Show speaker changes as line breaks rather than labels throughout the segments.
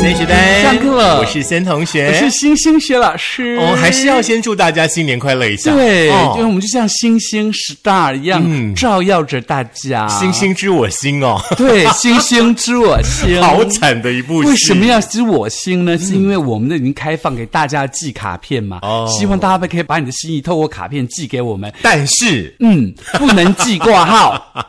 三学班
上课了
我是森同学，
我是星星学老师。
哎哦，还是要先祝大家新年快乐一下。
对，
哦
就是我们就像星星 star 一样，
嗯
照耀着大家。
星，星知我心哦，
对，星星知我心。
好惨嗯的一部戏。
嗯为什么要知我心呢？是因为我们的已经开放给大家寄卡片嘛，
哦
希望大家可以把你的心意透过卡片寄给我们。
但是。
嗯，不能寄挂 号，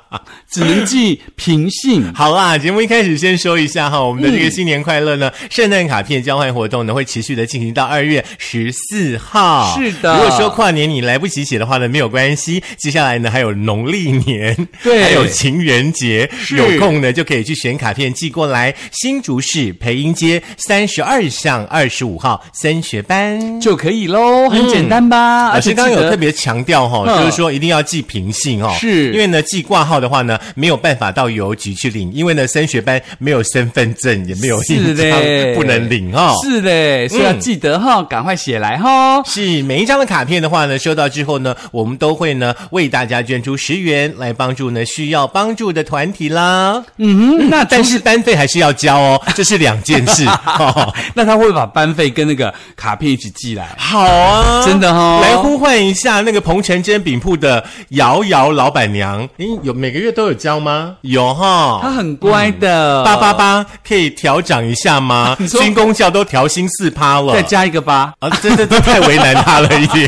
只能寄平信。
好啦，节目一开始先说一下哈，我们的这个新年快乐呢，圣诞卡片交换活动呢会持续的进行到二月十四号。
是的
如果说跨年你来不及写的话呢，没有关系，接下来呢还有农历年，
对
还有情人节，
是
有空呢就可以去选卡片寄过来。新竹市培英街三十二巷二十五号三学班。
就可以喽，很简单吧？
嗯老
而且
师刚刚
啊记
有
得
特别强调哈、
嗯
就是说一定要寄平信哦，
是
因为呢寄挂号的话呢，没有办法到邮局去领，因为呢升学班没有身份证，也没有
是
印
的
章，，不能领哦。
是的，所以要记得哈，赶快写来哈。
是每一张的卡片的话呢，收到之后呢，我们都会呢为大家捐出十元来帮助呢需要帮助的团体啦。
嗯哼，那
但是班费还是要交哦，这是两件 事。 哦、
那他会把班费跟那个卡片一起寄来。
好啊，
真的哦
来呼唤一下那个彭城煎饼铺的瑶瑶老板娘，您有每个月都有交吗？有
他
哈。
很乖的，
八八，八可以调涨一下吗？
你说
军工教都调薪四趴了
再，加一个八。
啊，真的都太为难他了一 点。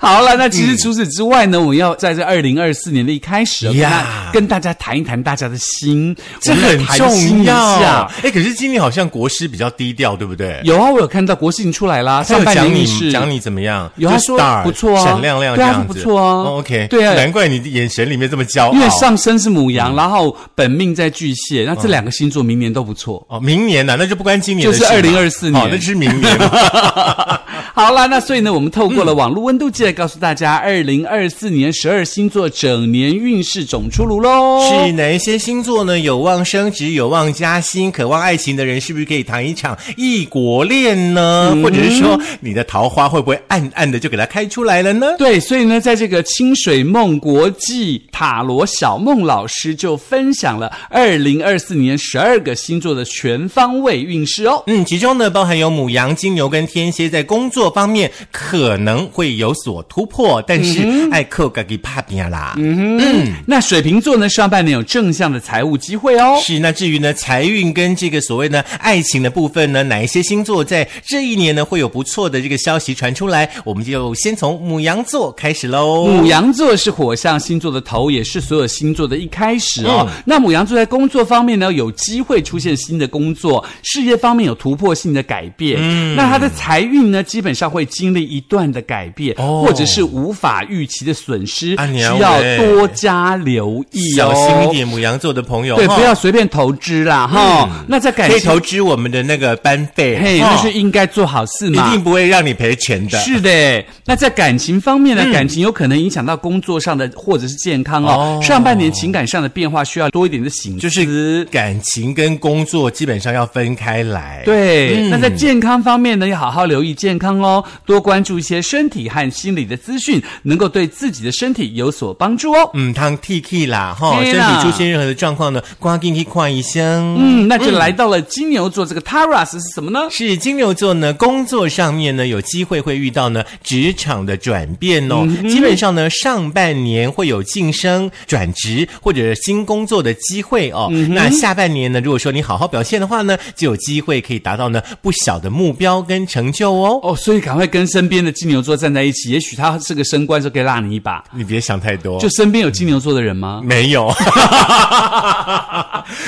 好了，那其实除此之外呢，我们要在这二零二四年的一开始哦，跟
呀
大跟大家谈一谈大家的心，
这
我们来
很
谈心
重
一
要
下。。
哎，可是今年好像国师比较低调，对不对？
有啊，我有看到国信出来啦，
他
上
有
半
讲
年
你
也是
讲你怎么样？
有
就
他说
star，
不错啊
闪亮亮这
对啊
样子，
不错啊
哦 OK，
对啊
难怪你的眼神里面这么骄傲。
因为上身是母羊，然后本命在巨蟹，那这两个星座明年都不错。
哦，明年呐、那就不关今年的事嘛，
就是2024年
哦，那是明年 嘛。
好啦，那所以呢，我们透过了网络温度计来告诉大家，二零二四年十二星座整年运势总出炉喽。
是哪一些星座呢？有望升职、有望加薪、渴望爱情的人，是不是可以谈一场异国恋呢？
嗯
或者是说，你的桃花会不会暗暗的就给它开出来了呢？
对，所以呢，在这个清水梦国际塔罗小梦老师就分享了二零二四年十二个星座的全方位运势哦。
嗯，其中呢包含有母羊、金牛跟天蝎，在工作方面可能会有所突破，但
嗯
是爱克嘎给怕别啦。
那水瓶座呢，上半年有正向的财务机会哦。
是，那至于呢，财运跟这个所谓呢爱情的部分呢，哪一些星座在这一年呢会有不错的这个消息传出来？我们就先从母羊座开始喽。
母羊座是火象星座的头，也是所有星座的一开始哦。
嗯
那母羊座在工作方面呢，有机会出现新的工作，事业方面有突破性的改变。嗯，那他的财运呢，基本上会经历一段的改变，
哦
或者是无法预期的损失，
啊
需
娘
要
喂
多加留意哦。
小心一。点，母羊座的朋友，
对，
哈
不要随便投资啦，哈、那在感
嗯可以
情，
投资我们的那个班费，
嘿，
哈
那是应该做好事
一
嘛。
定不会让你赔钱的。
是的，嗯那在感情方面呢，感情有可能影响到工作上的或者是健康哦。
哦
上半年情感上的变化需要多一点的醒思。
就是感情跟工作基本上要分开来。。
对，
嗯
那在健康方面呢，要好好留意健康哦，多关注一些身体和心理的资讯，能够对自己的身体有所帮助哦。
嗯，汤 T K 啦，哈，
嘿
身
啦
体出现任何的状况呢，赶紧去看医生。
嗯，那就来到了金牛座，这个 Taras 是什么呢？
是金牛座呢，工作上面呢有机会会遇到呢职场的转变哦。
嗯
基本上呢，上半年会有晋升、转职或者新工作的机会哦。
嗯
那下半年呢，如果说你好好表现的话呢，就有机会可以达到呢不小的目标跟成就哦。
哦，所以赶快跟身边的金牛座站在一起，也许他这个升官就可以拉你一把。
你别想太多，
就身边有金牛座的人吗？
没 有。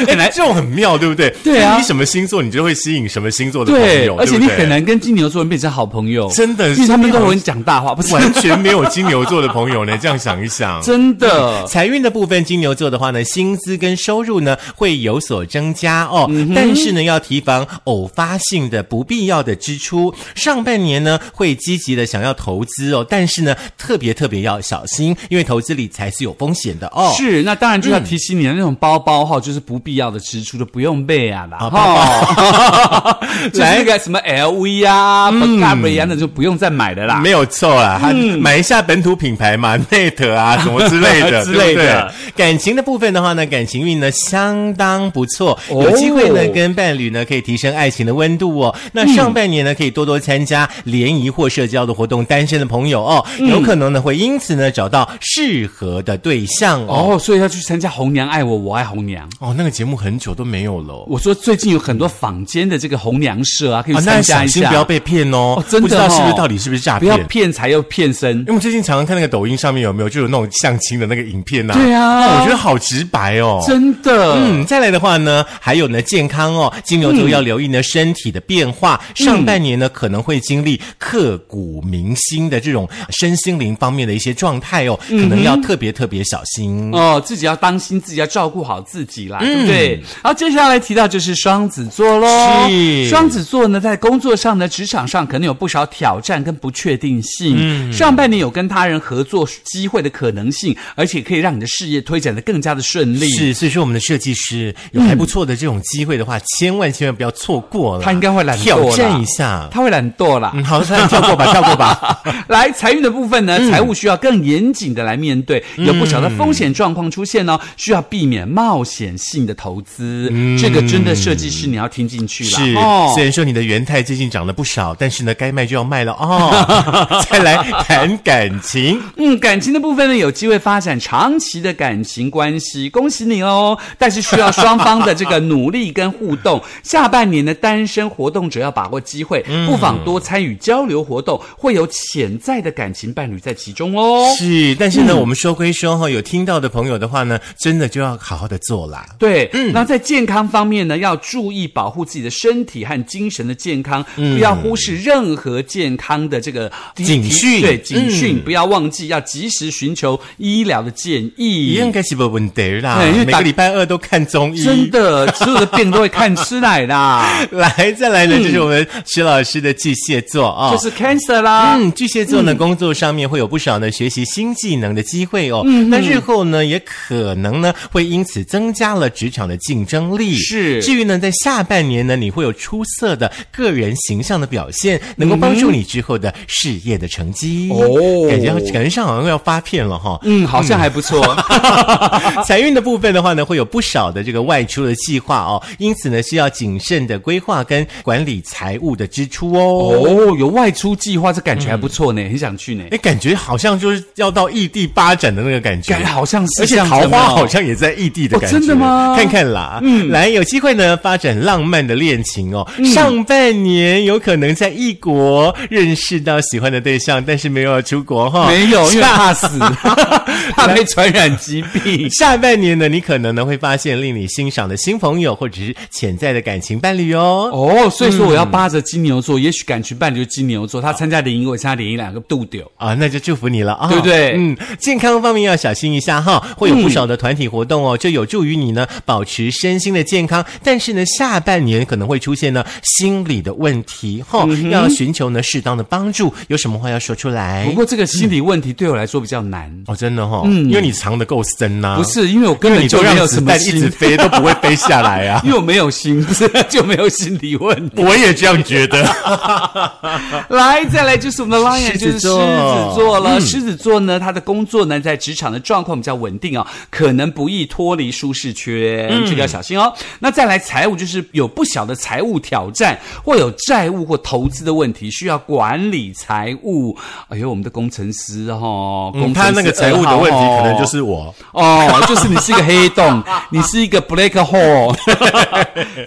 本来
哎，这种很妙，对不对？
对啊
就你什么星座，你就会吸引什么星座的朋友，
对，
对不
而且你
对
很难跟金牛座人变成好朋友，
真的
因为他们
真的
都
好
很讲大话，不是
完全没有金牛座的朋友呢。这样想一想，
真的。
财运的部分，金牛座的话呢，薪资跟收入呢会有所增加哦。但是呢，要提防偶发性的不必要的支出。上半年呢，会积极的想要投资哦，哦，但是呢，特别特别要小心，因为投资理财是有风险的哦。
是，那当然就要提醒你的那种包包哈、就是不必要的支出就不用备啊啦。
啊
哈， 就是那个什么 LV 啊、Burberry 啊，那就不用再买了啦。
嗯没有错啦，他
嗯
买一下本土品牌嘛，Net 啊，什么之类的
之类的
对不对感情的部分的话呢，感情运呢相当不错，有
哦
机会呢跟伴侣呢可以提升爱情的温度哦。那
嗯
上半年呢可以多多参加联谊或社交的活动，单身的朋友哦，
嗯
有可能呢会因此呢找到适合的对象哦。
哦，所以要去参加《红娘爱我，我爱红娘》。
哦，那个节目很久都没有了哦。
我说最近有很多坊间的这个红娘社啊，可以
啊，那
参加
小
一
心
下，
不要被骗哦！
哦真
不
的
知道是不是
哦
到底是不是诈
不
骗？
要骗财又骗身
因。为我们最近常常看那个抖音上面有没有就有那种相亲的那个影片呐、
对啊
那我觉得好直白哦。
真的，
嗯，再来的话呢，还有呢，健康哦，金牛座要留意呢、身体的变化。
嗯
上半年呢可能会经历刻骨铭心的这种身心灵方面的一些状态哦，可能要特别特别小心。
嗯哦，自己要当心，自己要照顾好自己
嗯
啦，对不对？好，接下来提到就是双子座喽。
是
双子座呢，在工作上呢，职场上可能有不少挑战跟不确定性。
嗯
上半年有跟他人合作机会的可能性，而且可以让你的事业推展的更加的顺利。。
是，所以说我们的设计师有还不错的这种机会的话，千万千万不要错过了。
他应该会懒惰
挑
啦
战一下。
他会懒惰啦。
嗯，好，那跳过吧，跳过 吧。
来，财运的部分
嗯
呢，财务需要更严谨的来面对，有不少的风险状况出现哦，需要避免冒险性的投资。这个真的设计师你要听进去哦啦。
嗯是，虽然说你的元泰最近涨了不少，但是呢，该卖就要卖了哦。 再来谈感情，
嗯，感情的部分呢，有机会发展长期的感情关系，恭喜你哦！但是需要双方的这个努力跟 互动。下半年的单身活动者要把握机会，
嗯
不妨多参与交流活动，会有潜在的感情伴侣在其中哦。
是，但是呢，我们说归说哈，有听到的朋友的话呢，真的就要好好的做啦。
对，
嗯
那在健康方面呢，要注意保护自己的身体和精神的健康，不要忽视任何健康的这个提
嗯警讯嗯
对，警讯、不要忘记要及时寻求医疗的建议。
应该是没问题啦
哎对因，为
每
打
个礼拜二都看中医。
真的，所有的病都会看吃奶
哦
啦，
来，再来呢，
嗯
就是我们徐老师的巨蟹座啊、
就是 cancer 啦。
嗯，巨蟹座呢，工作上面会有不少呢学习新技能的机会哦。那日后呢，也可能呢会因此增加了职场的竞争力。
是
至于呢，在下半年呢，你会有出色的个人形象的表现，能够帮助你之后的事业的成绩。
哦
感觉要感觉上好像要发片了哈、
嗯，好像还不错。
嗯财运的部分的话呢，会有不少的这个外出的计划哦，因此呢，需要谨慎的规划跟管理财务的支出哦。
哦，有外出计划，这感觉还不错呢，很想去呢。
哎，感觉好像就是要到异地发展的那个感觉，啊
感觉好像是
而且
这样子
桃
有没有
花好像也在异地的感觉，
哦真的吗
看看啦，嗯，来有机会呢发展浪漫的恋情哦。
嗯
上半年有可能在异国认识到喜欢的对象，但是没有要出国哈、
没有，因为
下
怕死，怕被传染疾病。
下半年呢，你可能呢会发现令你欣赏的新朋友或者是潜在的感情伴侣 哦。
哦，所以说我要扒着金牛座，也许感情伴侣就是金牛座，他参加联谊，我也参加联谊，两个度丢。
啊，那就祝福你了啊、
对不对
嗯，健康方面要小心一下哈，会有不少的团体活动
嗯
哦，这有助于你呢保持身心的健康。但是呢，下半年可能会出现呢心理的问题
嗯
哈，要寻求呢适当的帮助。有什么话要说出来
不？过这个心理问题对我来说比较难，
哦，真的哈、哦，因为你藏的够深呐、
不，是因为我根
因为
本
你
就
都
没
让
有
子
什么
弹一直
心，
飞都不会飞下来啊
。因为我没有心，不是就没有心理问题。
我也这样觉得。
来，再来就是我们的 lion，
狮
就是狮
子
子
座嗯
座了。狮子座呢，他的工作呢，在职场的状况比较稳定哦，可能不易脱离舒适圈，
嗯
这个要小心哦。那再来财务，就是有不小的财务挑战，或有债务或投资的问题，需要管理财务。哎呦，我们的工程师哦，
嗯，
工程
他
师
那个财务的问题可能就是我。
哦，就是你是一个黑 洞，你是一个 black hole。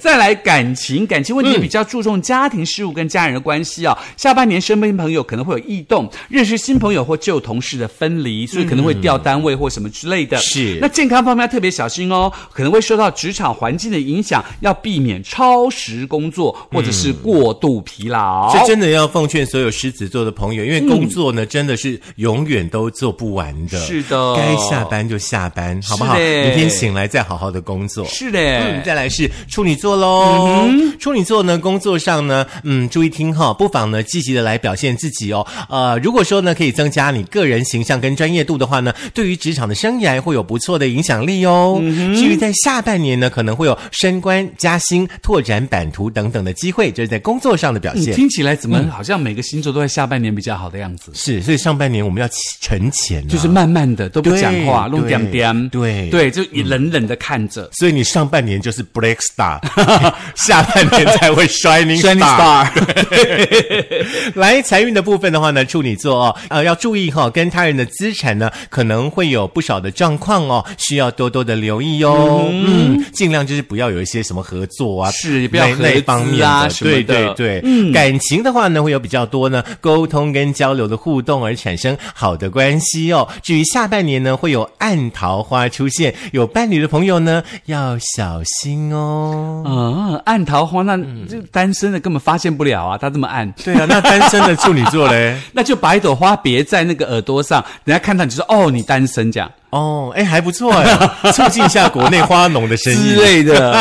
再来感情，感情问题比较注重家庭事务跟家人的关系啊、下半年身边朋友可能会有异动，认识新朋友或旧同事的分离，所以可能会调单位或什么之类的。
嗯是
那健康方面要特别小心哦，可能会受到职场环境的影响，要避免超时工作或者是过度疲劳。
嗯这真的要奉劝所有狮子座的朋
嗯
友，因为工作呢，真的是永远都做不完的。
是的
该下班就下班，好不好？
是的
明天醒来再好好的工作。
是的。
嗯，再来是处女座喽。嗯处女座呢，工作上呢，嗯，注意听哈、不妨呢积极的来表现自己哦。呃，呃，如果说呢可以增加你个人形象跟专业度的话呢，对于职场的生涯会有不错的影响力哦。
嗯
至于在下半年呢，可能会有升官、加薪、拓展版图等等的机会，这是在工作上的表
你
现。
听起来怎么好像每个星座都在下半年比较好的样子？
是，所以上半年我们要存钱、啊，
就是慢慢的都不讲话，
对
弄点点，
对
对，就你冷冷的看着。
所以你上半年就是 Black Star，下半年才会 Shining
Shining
Star。来财运的部分的话呢，处女座哦，呃，要注意哈、跟他人的资产呢可能会有不少的状况哦，需要多多的留意哦。嗯尽量就是不要有一些什么合作啊，
是也不要
那那一
合资啊
方面的，嗯
什么
对
的
对对。感情的话呢，会有比较多呢沟通跟交流的互动，而产生好的关系哦。至于下半年呢，会有暗桃花出现，有伴侣的朋友呢要小心哦。
啊，暗桃花，那这单身的根本发现不了啊，他这么暗，
对啊，那单身的处女座嘞？
那就把一朵花别在那个耳朵上，人家看到你就说哦，你单身这样
哦，哎，还不错 哎，促进一下国内花农的生
之
意。
类的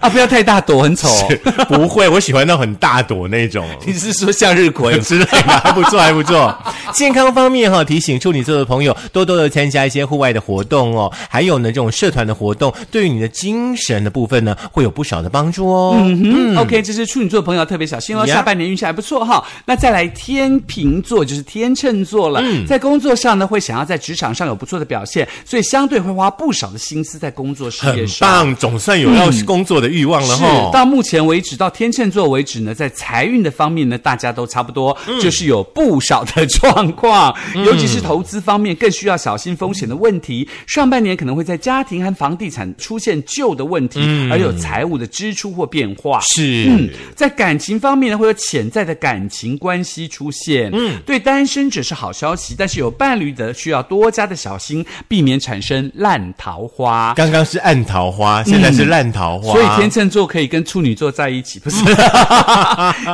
啊，不要太大朵，很丑哦。
不会，我喜欢那很大朵那种。
你是说向日葵吗？
之类的，还不错，还不错。健康方面哈、提醒处女座的朋友多多的参加一些户外的活动哦，还有呢这种社团的活动，对于你的精神的部分呢，会有不少的帮助哦。
嗯，OK，这是处女座的朋友特别小心哦。
Yeah
下半年运气还不错哈。那再来天秤座就是天秤座了，
嗯
在工作上呢会想要在职场上有不错的表现，所以相对会花不少的心思在工作事
很
业上。
棒，总算有要
嗯
工作的欲望了
是
哈、，
到目前为止，到天秤座为止呢，在财运的方面呢，大家都差不多，
嗯
就是有不少的状况，尤其是投资方面，更需要小心风险的问题。上半年可能会在家庭和房地产出现旧的问题，
嗯
而有财务的支出或变化。
是。
嗯，在感情方面呢，会有潜在的感情关系出现。嗯，对单身者是好消息，但是有伴侣的需要多加的小心，避免产生烂桃花。
刚刚是暗桃花，现在是烂桃花，
嗯所以天秤座可以跟处女座在一起， 不是？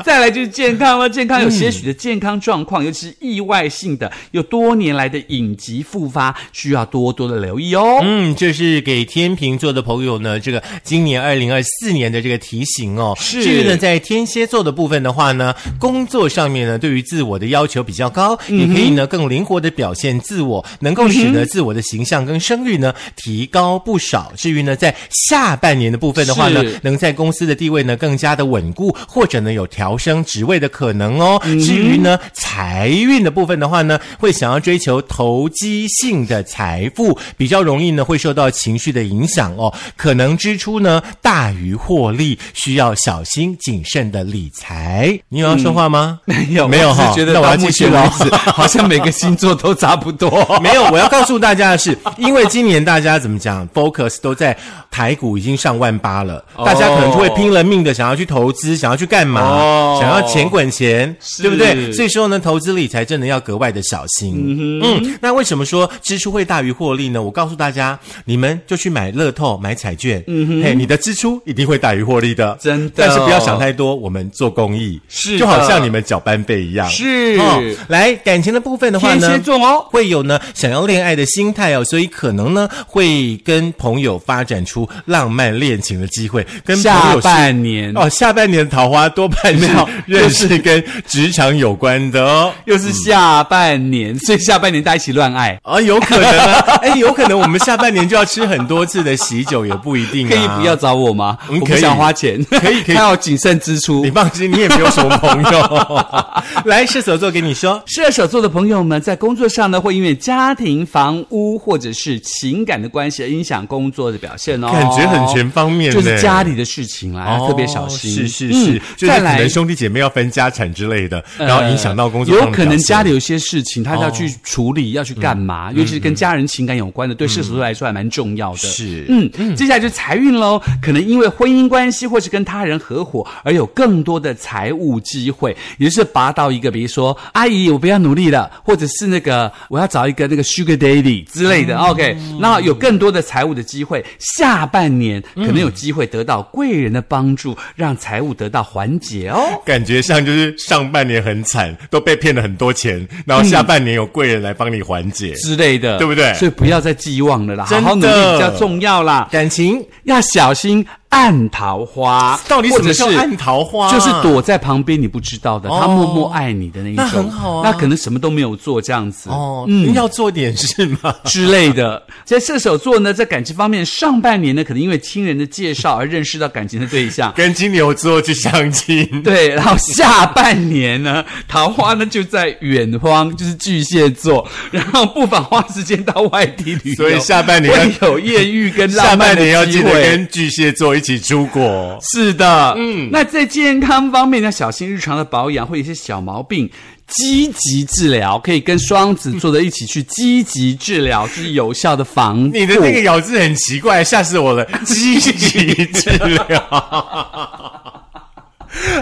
再来就是健康了，健康有些许的健康状况，尤其是意外性的，有多年来的隐疾复发，需要多多的留意哦。
嗯，这是给天秤座的朋友呢，这个今年二零二四年的这个提醒哦。
是
至于呢，在天蝎座的部分的话呢，工作上面呢，对于自我的要求比较高，
嗯
也可以呢更灵活的表现自我，能够使得自我的形象跟声誉呢提高不少。至于呢，在下半年的部分的话呢
是，
能在公司的地位呢更加的稳固，或者呢有调升职位的可能哦。
嗯
至于呢财运的部分的话呢，会想要追求投机性的财富，比较容易呢会受到情绪的影响哦，可能支出呢大于获利，需要小心谨慎的理财。你有要说话吗？
嗯 没 有，
没有
我只
哈
是觉得
那我要
到目
继续
前为
了
止，好像每个星座都差不多。
没有，我要告诉大家的是，因为今年大家怎么讲，focus 都在台股已经上万八了，
哦
大家可能就会拼了命的想要去投资，想要去干嘛，
哦
想要钱滚钱，
是
对不对？所以说呢，投资理财真的要格外的小心。嗯那为什么说支出会大于获利呢？我告诉大家，你们就去买乐透、买彩券，嗯嘿，你的支出一定会大于获利的，
真的
但是不要想太多，我们做公益
是的
就好像你们缴班费一样，
是
哦 来感情的部分的话
天
呢，
蝎座哦，
会有呢想要恋爱的心态哦，所以可能呢会跟朋友发展出浪漫恋情的机会，跟朋
下
友是
半年
哦，下半年的桃花多半是
没有
认识跟职场有关的 哦。
又是下半
嗯
年，所以下半年大家一起乱爱。
啊，有可能啊， 哎，有可能我们下半年就要吃很多次的喜酒，也不一定、啊。
可以不要，找我吗？
嗯
我
可
不
以
想花钱，
可以可以
还要谨慎支出
你。放心，你也没有什么朋友。 来，射手座给你说，
射手啊座的朋友们在工作上呢，会因为家庭、房屋或者是情感的关系而影响工作的表现哦。
感觉很全方面呢哦
就是家里的事情啦，啊要特别小心。嗯
是是是，就是
再
可
来
能。兄弟姐妹要分家产之类的，
呃
然后影响到工作上
有
的表
可
现。哦
能家里有些事情，他要去处理，要去干嘛？
嗯
尤其是跟家人情感有关的，对射手座来说还蛮重要的。
是
嗯，接下来就是财运喽，可能因为婚姻关系或是跟他人合伙而有更多的财务机会，也就是拔到一个，比如说阿姨，我不要努力了，或者是那个我要找一个那个 sugar daddy 之类
嗯
的。OK，那有更多的财务的机会，下半年可能有机会得到贵人的帮助，让财务得到缓解哦。
感觉上就是上半年很惨，都被骗了很多钱，然后下半年有贵人来帮你缓解。
之类的，
对不对
所以不要再寄望了啦，好
真的
好努力比较重要啦，
感情
要小心暗桃花，
到底什么叫
或者是
暗桃花啊
就是躲在旁边你不知道的，
哦
他默默爱你的那一种，
那很好啊
那可能什么都没有做这样子。
哦，
嗯
要做点事吗？
之类的，在射手座呢，在感情方面，上半年呢，可能因为亲人的介绍而认识到感情的对 象，
跟金牛座去相亲。
对，然后下半年呢，桃花呢就在远方，就是巨蟹座，然后不妨花时间到外地旅游，
所以下半年要
会有艳遇跟
下
浪漫
半
的
年要
机
记得
会。
跟巨蟹座一起出国。
是的，嗯，那在健康方面呢，要小心日常的保养，会有一些小毛病，积极治疗，可以跟双子座的一起去积极治疗，就是有效的防护。
你的那个咬字很奇怪，吓死我了！积极治疗。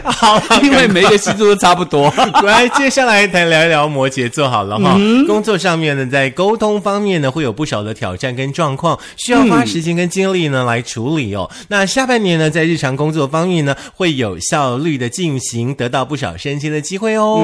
好了，
因为每一个星座都差不多。
来，接下来谈聊一聊摩羯座好了哈、工作上面呢，在沟通方面呢，会有不少的挑战跟状况，需要花时间跟精力呢来处理哦。那下半年呢，在日常工作方面呢，会有效率的进行，得到不少升迁的机会哦。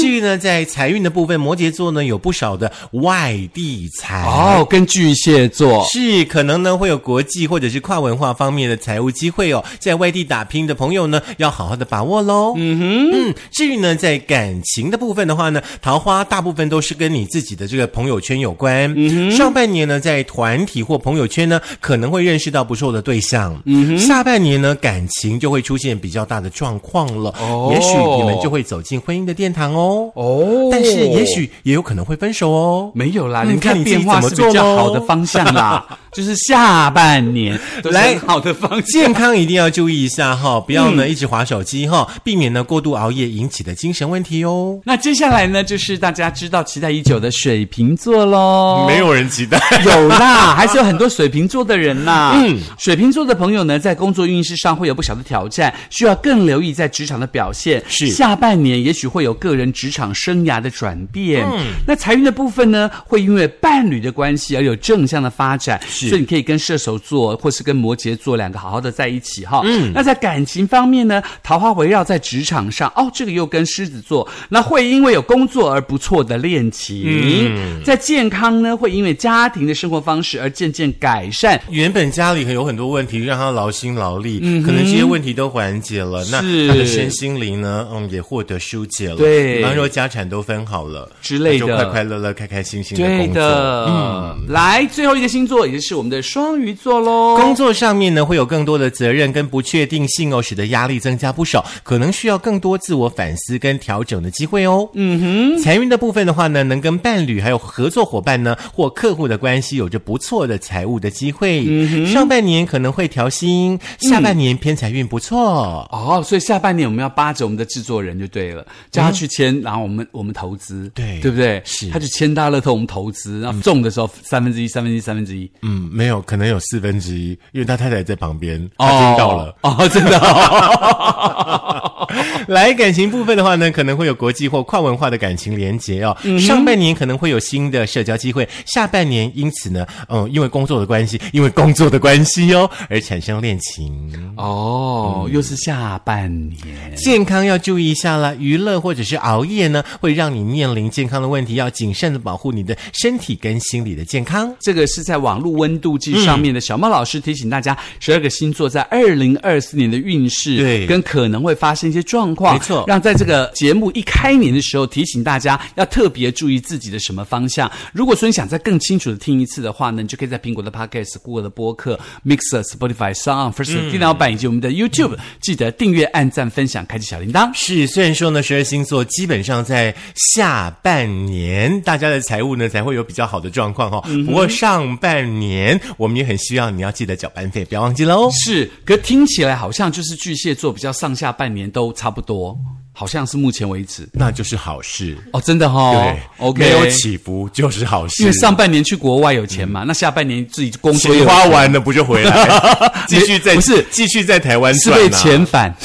至于呢，在财运的部分，摩羯座呢有不少的外地财。
哦，跟巨蟹座
是，可能呢会有国际或者是跨文化方面的财务机会哦，在外地打拼的朋友呢，要好好的把握喽。嗯哼，嗯，至于呢在感情的部分的话呢，桃花大部分都是跟你自己的这个朋友圈有关。嗯哼，上半年呢在团体或朋友圈呢，可能会认识到不错的对象。嗯哼，下半年呢感情就会出现比较大的状况了，
哦
也许你们就会走进婚姻的殿堂哦。
哦
但是也许也有可能会分手哦。
没有啦，
嗯
你
看
看
你自己
变化
怎么
是
做
比较
咯
好的方向 啦，就是下半年都是
来
很好的方向。
健康一定要注意一下哈，
嗯
不要呢、一直划手机哈，避免呢过度熬夜引起的精神问题哦。
那接下来呢，就是大家知道期待已久的水瓶座喽。
有人期待。
哦 有啦，还是有很多水瓶座的人啦。嗯，水瓶座的朋友呢，在工作运势上会有不小的挑战，需要更留意在职场的表现。
是
下半年也许会有个人职场生涯的转变。嗯，那财运的部分呢，会因为伴侣的关系而有正向的发展。
是
所以你可以跟射手座或是跟摩羯座两个好好的在一起哈。嗯，那在感情方面呢，桃花围绕在职场上哦，这个又跟狮子座，那会因为有工作而不错的恋情。嗯，在健康呢，会因为家庭的生活方式而渐渐改善。
原本家里有很多问题，让他劳心劳力，可能这些问题都缓解了，那
嗯是
他的身心灵呢，嗯，也获得疏解了。
对
比方说家产都分好了
之类
那
的
就快快乐乐、开开心心的
对
工作。
的，嗯，来最后一个星座，也就是我们的双鱼座喽。
工作上面呢，会有更多的责任跟不确定性哦，使得压力增加不少，可能需要更多自我反思跟调整的机会哦。嗯哼，财运的部分的话呢，能跟伴侣还有合作伙伴呢或客户的关系有着不错的财务的机会。嗯、上半年可能会调薪，下半年偏财运不错。
哦，所以下半年我们要巴着我们的制作人就对了，叫他去签，然后我们我们投资，
对
对不对？
是
他去签大乐透，我们投资，然后中的时候三分之一，三分之一，三分之一，
嗯，没有，可能有四分之一，因为他太太在旁边，
哦，
他听到了。
哦，真的哦，
来感情部分的话呢，可能会有国际或跨文化的感情连结哦。
嗯
上半年可能会有新的社交机会，下半年因此呢，嗯、因为工作的关系，因为工作的关系哦，而产生恋情。
哦，
嗯
又是下半年，
健康要注意一下啦，娱乐或者是熬夜呢，会让你面临健康的问题，要谨慎的保护你的身体跟心理的健康。
这个是在网络温度计上面的小猫老师提醒大家，十二个星座在二零二四年的运势，
对
跟可能会发生一些状况，
没错
让在这个节目一开年的时候提醒大家要特别注意自己的什么方向。如果说你想再更清楚的听一次的话呢，你就可以在苹果的 Podcast、Google 的播客、Mixer、Spotify、Sound、First
嗯
电脑版以及我们的 YouTube，、记得订阅、按赞、分享、开启小铃铛。
是，虽然说呢，十二星座基本上在下半年，大家的财务呢才会有比较好的状况哦。
嗯
不过上半年，我们也很需要你要记得缴班费，不要忘记喽。
是，可听起来好像就是巨蟹座比较上下半年都差不多，好像是目前为止。
那就是好事，
哦，真的哈、
对
哦、
没有
，OK，
起伏就是好事。
因为上半年去国外有钱嘛，那下半年自己工作
钱
又
花完了不就回 来，继续在
不是
继续在台湾
是
赚、啊，
被遣返。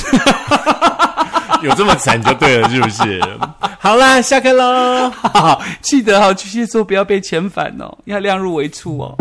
有这么惨就对了，是不 是？好啦，下课喽。
好，记得哈、哦，巨蟹座不要被遣返哦，要量入为出哦。